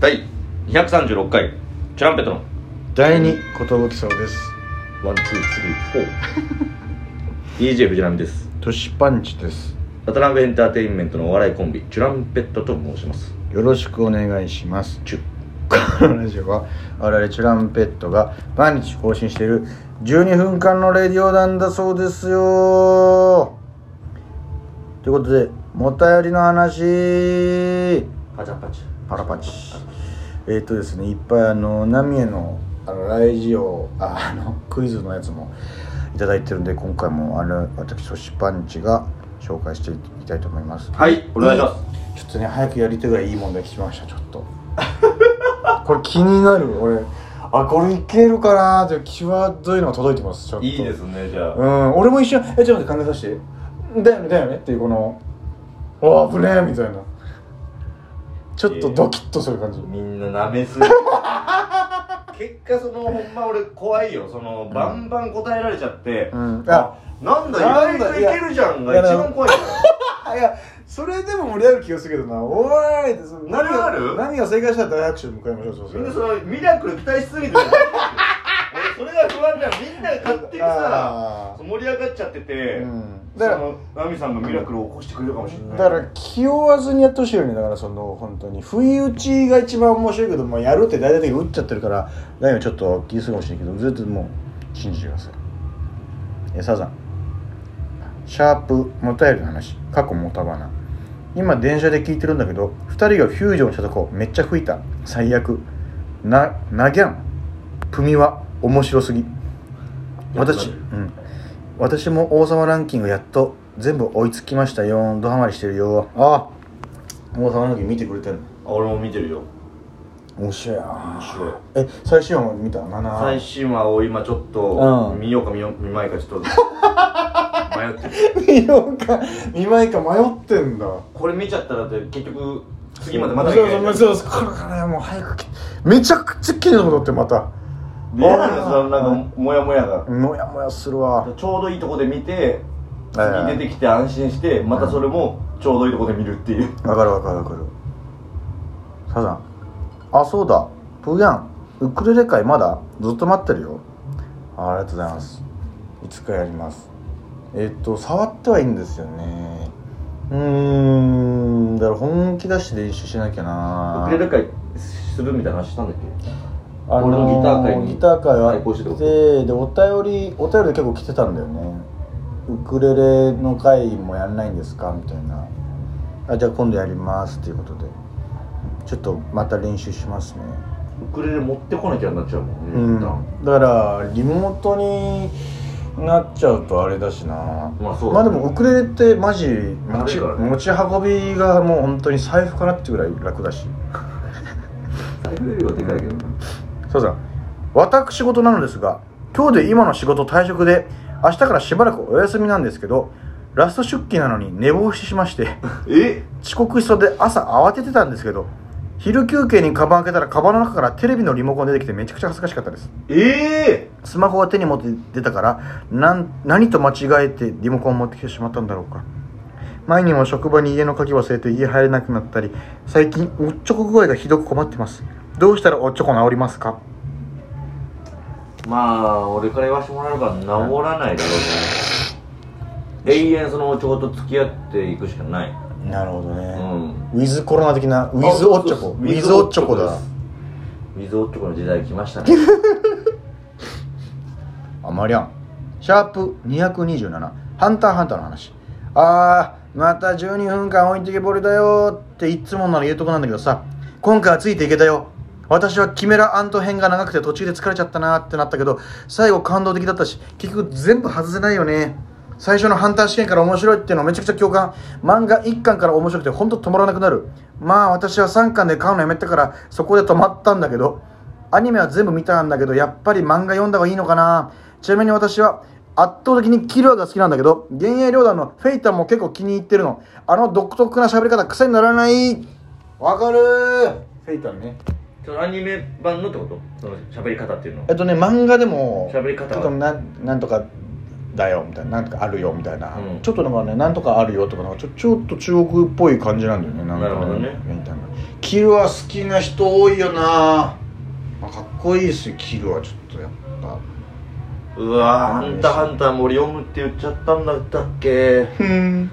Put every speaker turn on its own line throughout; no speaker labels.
第236回チュランペットの
第二寿そうです
ワンツー スリーフォー DJ 藤波です
トシパンチです
ラタナブエンターテインメントのお笑いコンビチュランペットと申します
よろしくお願いします
チュ
このラジオは我々チュランペットが毎日更新している12分間のレディオなんだそうですよということでもたよりの話
パチャパチ
パラパチえっ、とですねいっぱいあの浪江のあのラジオああのクイズのやつもいただいてるんで今回もあれ私トシパンチが紹介していきたいと思います
はいお願いしま
ちょっとね早くやり手がいい問題聞きましたちょっと これ気になる俺あこれいけるかなーって際どいのが届いてますちょ
す
っと
いいですねじゃ
う
あ
ん俺も一瞬「えちょっと待って考えさせてだよねだよね」っていうこの「あぶねえ」みたいなちょっとドキッとする感じ、
みんな舐め すぎ結果そのほんま俺怖いよそのバンバン答えられちゃって
うん
あなんだ
なん
意
だ
外といけるじゃんが一番怖いから
あいやそれでも盛り上がる気がするけどな「おーい!」ってその何
盛り上が
が
る
何が正解したら大拍手を迎えましょうそ
みんな
れ
そのミラクル期待しす ぎてる俺それが不安だよみんなが勝手にさ
あー
盛り上がっちゃってて、
うん
だ
だ
か
から
ナミさんがミラクルを起こしてくれるかもしれない
だから気負わずにやってほしいよねだからその本当に不意打ちが一番面白いけど、まあ、やるって大々的に打っちゃってるから何はちょっと気にするかもしれないけどずっともう信じてくださいえサザンシャープもたよりの話過去もたばな今電車で聞いてるんだけど2人がフュージョンしたとこめっちゃ吹いた最悪ななぎゃんプミは面白すぎ私、うん、私も王様ランキングやっと全部追いつきましたよドハマりしてるよああ王様ランキング見てくれてる
あ俺も見てるよ
のおしゃ
面
や
白い
え最新話も見た7
最新話を今ちょっと
うん
見ようか見よう見まいかちょっと迷ってる
見ようか見まいか迷ってんだ
これ見ちゃったらって結局次までまた見
そう
ない
そうそうそうこれからもう早く来てめちゃくちゃ綺麗なことだってまた
嫌なんですよなんかモヤモヤが
もやもやするわ
ちょうどいいとこで見て
はいはい
次出てきて安心してまたそれもちょうどいいとこで見るっていう
わかるわかるわかるサザンあそうだプーヤンウクレレ会まだずっと待ってるよあありがとうございますいつかやりますえっと触ってはいいんですよねうーんだから本気出して練習しなきゃな
ウクレレ会するみたいな話したんだっけ
あの
俺のギター会に
ギター会はあ
対抗してたこ
っ
と
てでお便りお便りで結構来てたんだよねウクレレの会もやんないんですかみたいなあじゃあ今度やりますっていうことでちょっとまた練習しますね
ウクレレ持ってこなきゃになっちゃうもんね、
うん
一
だ
旦
からリモートになっちゃうとあれだしな
まあそう
ま
だ
あ
ね
でもウクレレってマジ持
軽
ち,、
いからね
持ち運びがもう本当に財布かなってぐらい楽だし
財布よりはでかいけど
そうさん私事なのですが今日で今の仕事退職で明日からしばらくお休みなんですけどラスト出勤なのに寝坊してしまして
え
遅刻しそうで朝慌ててたんですけど昼休憩にカバン開けたらカバンの中からテレビのリモコン出てきてめちゃくちゃ恥ずかしかったです
え
スマホは手に持って出たからなん何と間違えてリモコンを持ってきてしまったんだろうか前にも職場に家の鍵忘れて家入れなくなったり最近おっちょこ具合がひどく困ってますどうしたらおっちょこ治りますか
ー、まあ俺から言わせてもらうから治らないだろうね永遠そのおちょこと付き合っていくしかない
なるほどね、
ん
ウィズコロナ的なウィズおっちょ
あそう
こ
そう
ウィズおっちょこだ
ですウィズおっちょこの時代来ました ね
あまりゃんシャープ227ハンターハンターの話あーまた12分間置いてけぼりだよっていつもなら言うとこなんだけどさ今回はついていけたよ私はキメラアント編が長くて途中で疲れちゃったなってなったけど最後感動的だったし結局全部外せないよね最初のハンター試験から面白いっていうのめちゃくちゃ共感漫画1巻から面白くてほんと止まらなくなるまあ私は3巻で買うのやめたからそこで止まったんだけどアニメは全部見たんだけどやっぱり漫画読んだ方がいいのかなちなみに私は圧倒的にキルアが好きなんだけど幻影両団のフェイターも結構気に入ってるのあの独特な喋り方癖にならないわかるフェイターね
そのアニメ版のってことその喋り方っていうの
えっとね漫画でも
喋り方は
ちょっとなんなんとかだよみたいななんとかあるよみたいな、
うん
ちょっとなんかねなんとかあるよとかなんかちょちょっと中国っぽい感じなんだよねなんか
なるほどね
みたいなキルは好きな人多いよな、まあ、かっこいいですよキルはちょっとやっぱ
うわハンターハンター森読むって言っちゃったんだったっけ
うん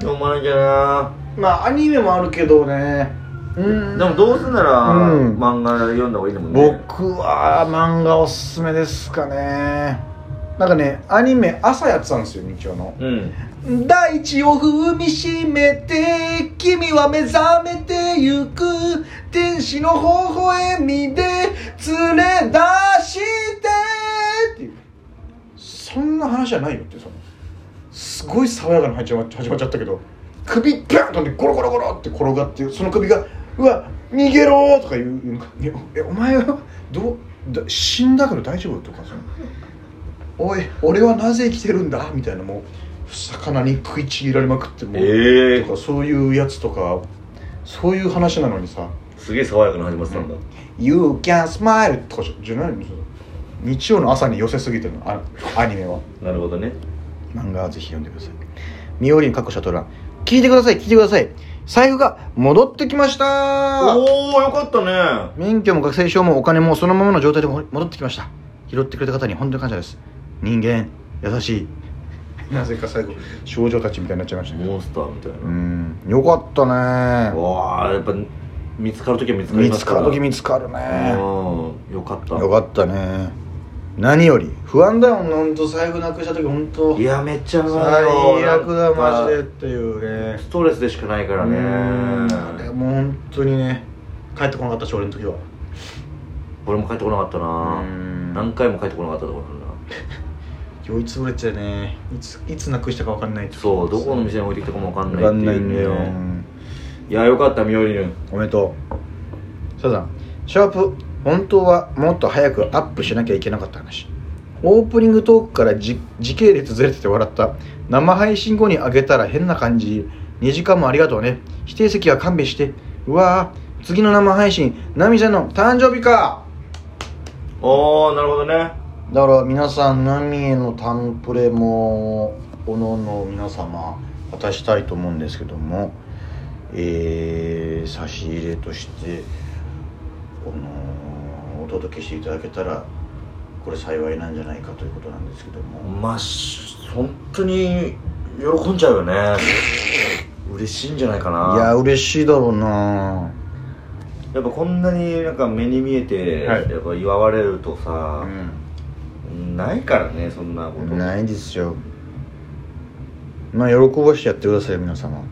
読まなきゃな
まあアニメもあるけどねうん
でもどうせなら、
うん
漫画読んだ方がいいと思うね
僕は漫画おすすめですかねなんかねアニメ朝やってたんですよ日曜の
うん
大地を踏みしめて君は目覚めてゆく天使の微笑みで連れ出してっていうそんな話じゃないよってそのすごい爽やかな始まっ始まっちゃったけど首ビャンとねゴロゴロゴロって転がってその首が「うわ逃げろ!」とか言う言うのかいやえお前はどうだ死んだけど大丈夫?」とかその「おい俺はなぜ生きてるんだ?」みたいなもう魚に食いちぎられまくってもう、
ええ
とかそういうやつとかそういう話なのにさ
すげえ爽やかな始まってたんだ、
「You can smile」とかじゃないの日曜の朝に寄せすぎてるのあアニメは。
なるほどね
漫画はぜひ読んでくださいミオリン各社トラン聞いてください聞いてください財布が戻ってきました
おおよかったね
免許も学生証もお金もそのままの状態でも戻ってきました拾ってくれた方に本当に感謝です人間優しいなぜか最後少女たちみたいになっちゃいましたけど
モンスターみたいな、
うんよかったね
わあやっぱ見つかる時は見つかり
見
ます
つ
か
からる時見つかるね
うんよかった
よかったね何より不安だよ本当財布なくした時本当
いやめっちゃ不安よ
最悪だマジ
な
でっ
んか
ていうね
ストレスでしかないからね
あれもう本当にね帰ってこなかったし俺の時は
俺も帰ってこなかったな
うん
何回も帰ってこなかったところだな
酔いつぶれてねいついつなくしたか分かんない
そうどこの
分
店に置いてきたかもわかんない
かん
って
ない
うん
だ
ね
よ
いやよかったみおりぬ
おめでとうサザンシャープ本当はもっと早くアップしなきゃいけなかった話オープニングトークからじ時系列ずれてて笑った生配信後に上げたら変な感じ2時間もありがとうね否定席は勘弁してうわー次の生配信ナミちゃんの誕生日か
おおなるほどね
だから皆さんナミへのタンプレもおのおの皆様渡したいと思うんですけどもえー差し入れとしてこのお届けしていただけたらこれ幸いなんじゃないかということなんですけども
まあし本当に喜んじゃうよね嬉しいんじゃないかない
や嬉しいだろうな
やっぱこんなになんか目に見えて、
はい
やっぱ祝われるとさ、
う
ないからねそんなこと
んないですよまあ喜ばしてやってくださいよ皆様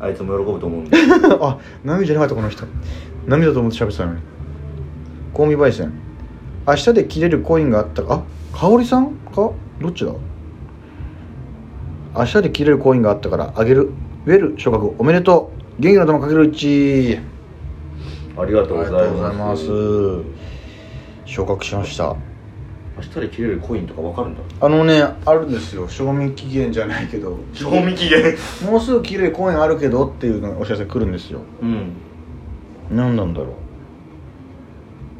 あいつも喜ぶと思うんで
あ涙じゃなかったこの人涙だと思って喋ってたのに香味焙煎明日で切れるコインがあったあ香織さんかどっちだ明日で切れるコインがあったからあげるウェル昇格おめでとう元気の玉かけるうち
ありがとうございま
あ
す
りがとうございます昇格しました
明日で切れるコインとかわかるんだ
あのねあるんですよ賞味期限じゃないけど
賞味期限
もうすぐ切れるコインあるけどっていうのがお知らせ来るんですよ
うん
何なんだろう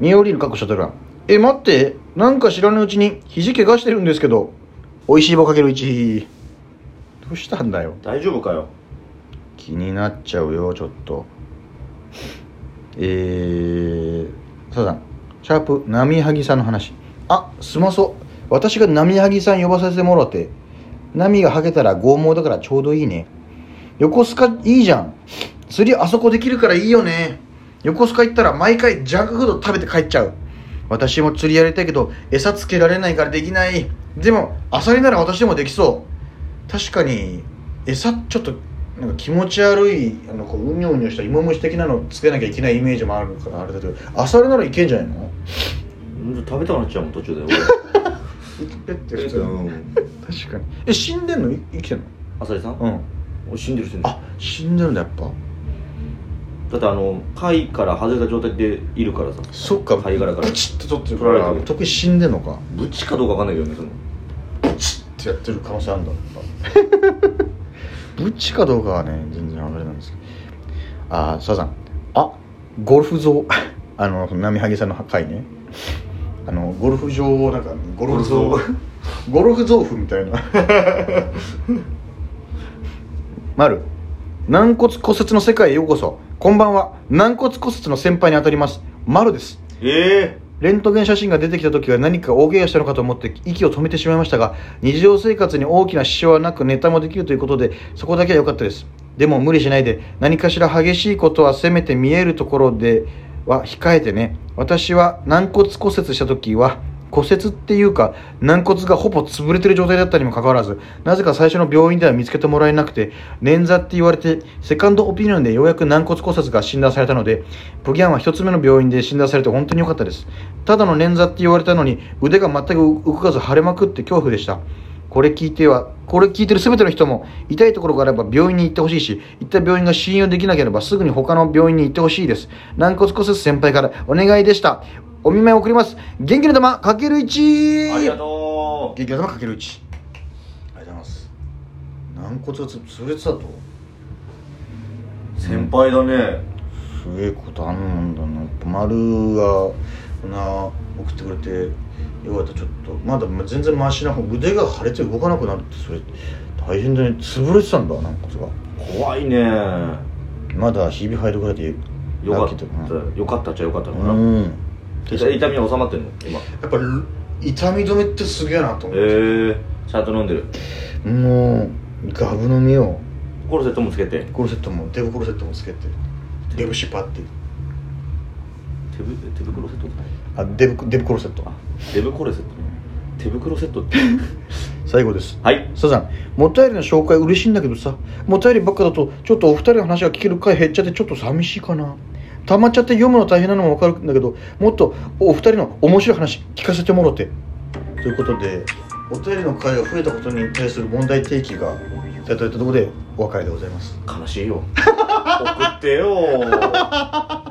見降りる各社トランえ待ってなんか知らぬうちに肘怪我してるんですけど美味しい棒かける1どうしたんだよ
大丈夫かよ
気になっちゃうよちょっとえー、サザンシャープなみはぎさんの話あすまそう私がなみはぎさん呼ばさせてもろてなみがはげたら剛毛だからちょうどいいね横須賀いいじゃん釣りあそこできるからいいよね横須賀行ったら毎回ジャンクフード食べて帰っちゃう私も釣りやりたいけど餌つけられないからできないでもアサリなら私でもできそう確かに餌ちょっとなんか気持ち悪いあのこううにょうにょした芋虫的なのつけなきゃいけないイメージもあるからあれだけどアサリならいけんじゃないの
うん食べたくなっちゃうもん途中で
ペッて
俺うん
確かにえ死んでんのい生きてんの
あさりさん、
うん
俺死んでる死んでる
あ死んでるんだやっぱ
だってあの貝から外れた状態でいるからさ
そっか
貝殻から
ブチッて取ってる
取ら
か
れて
ら
る
特に死んでんのか
ブチかどうかわかんないけどねその
ブチってやってる可能性あるんだ ブチかどうかはね全然わかれないんですけど ああサザンあゴルフ場あの波萩さんの回ねあのゴルフ場をなんかゴルフ像
ゴルフ
ゴルフ豆腐みたい な丸軟骨骨折の世界へようこそこんばんは軟骨骨折の先輩に当たります丸です
え
レントゲン写真が出てきた時は何か大怪我したのかと思って息を止めてしまいましたが日常生活に大きな支障はなくネタもできるということでそこだけは良かったですでも無理しないで何かしら激しいことはせめて見えるところでは控えてね私は軟骨骨折した時は骨折っていうか軟骨がほぼ潰れてる状態だったにもかかわらずなぜか最初の病院では見つけてもらえなくて捻挫って言われてセカンドオピニオンでようやく軟骨骨折が診断されたのでブギャンは1つ目の病院で診断されて本当に良かったですただの捻挫って言われたのに腕が全く動かず腫れまくって恐怖でしたこれ聞いてはこれ聞いてる全ての人も痛いところがあれば病院に行ってほしいし行った病院が信用できなければすぐに他の病院に行ってほしいです軟骨骨折先輩からお願いでしたお見舞いを送ります元気の玉かける
え
1
ありがと
元気の玉かける1ありがとうございます軟骨がつ潰れてたと
う先輩だね
すげえことあんなんだなやっぱ丸がこんな送ってくれてよかったちょっとまだ全然マシな方腕が腫れて動かなくなるってそれ大変だね潰れてたんだ軟骨が
怖いねよ
まだひび入るぐらいで
か
ラッキー
っ
とかな
たよかったっちゃよかったか
う
なん痛痛みは収まってんの今
やっぱり痛み止めってすげえなと思って、
ええちゃんと飲んでる
もうガブ飲みよ
コルセットもつけて
コルセットもデブコルセットもつけてデブシパって
手ぶ手袋セットって何
あデブデブコルセット
手袋セット手袋セットって
最後です
はい
サザン、もたよりの紹介嬉しいんだけどさ、もたよりばっかだと、ちょっとお二人の話が聞ける回減っちゃってちょっと寂しいかな。溜まっちゃって読むの大変なのもわかるんだけど、もっとお二人の面白い話聞かせてもろて。ということで、お便りの回が増えたことに対する問題提起がい ただいたところでお別れでございます。
悲しいよ送ってよ